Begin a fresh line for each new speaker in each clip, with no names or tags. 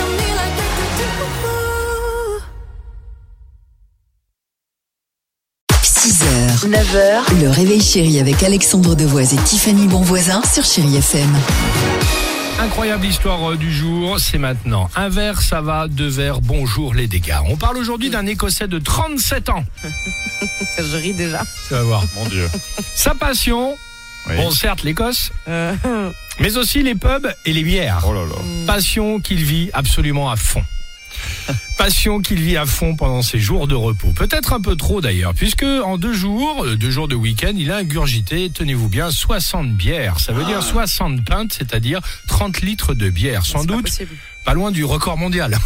on me like we could do.
6h, 9h, le réveil chéri avec Alexandre Devoise et Tiffany Bonvoisin sur Chérie FM.
Incroyable histoire euh, du jour, c'est maintenant. Un verre, ça va, deux verres, bonjour les dégâts. On parle aujourd'hui d'un Écossais de 37 ans.
Je ris déjà.
Tu vas voir.
Mon Dieu.
Sa passion,
Oui.
bon certes l'Écosse,
Euh,
mais aussi les pubs et les bières.
Oh là là.
Mm. Passion qu'il vit absolument à fond. Passion qu'il vit à fond pendant ses jours de repos. Peut-être un peu trop d'ailleurs, puisque en deux jours, euh, deux jours de week-end, il a ingurgité, tenez-vous bien, 60 bières. Ça veut
Ah.
dire 60 pintes, c'est-à-dire 30 litres de bière. Sans
c'est pas
doute
possible. Oh
pas loin du record mondial.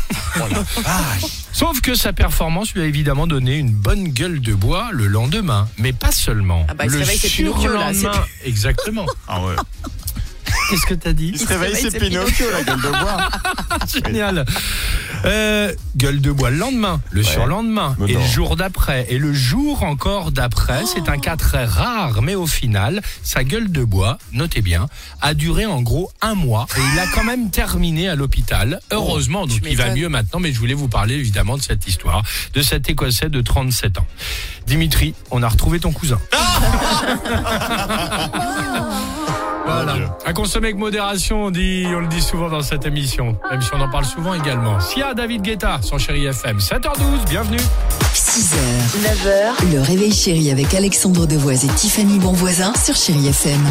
Sauf que sa performance lui a évidemment donné une bonne gueule de bois le lendemain, mais pas seulement.
Ah bah, il se
le
réveille, c'est Pinocchio, là, c'est
surlendemain- exactement.
Ah ouais.
Qu'est-ce que t'as dit
Il se réveille,
réveille,
c'est
c'est
Pinocchio, la gueule de bois.
Génial. Euh, gueule de bois le lendemain, le surlendemain,
Mais
et
non.
le jour d'après, et le jour encore d'après. C'est un cas très rare, mais au final, sa gueule de bois, notez bien, a duré en gros un mois et il a quand même terminé à l'hôpital. Heureusement, donc
Oh, tu
il va
m'étonnes.
mieux maintenant, mais je voulais vous parler évidemment de cette histoire, de cet Écossais de 37 ans. Dimitri, on a retrouvé ton cousin. Voilà.
Mon Dieu.
À consommer avec modération, on, dit, on le dit souvent dans cette émission, même si on en parle souvent également. Sia David Guetta sur Chéri FM, 7h12, bienvenue.
6h, 9h, le réveil chéri avec Alexandre Devoise et Tiffany Bonvoisin sur Chérie FM.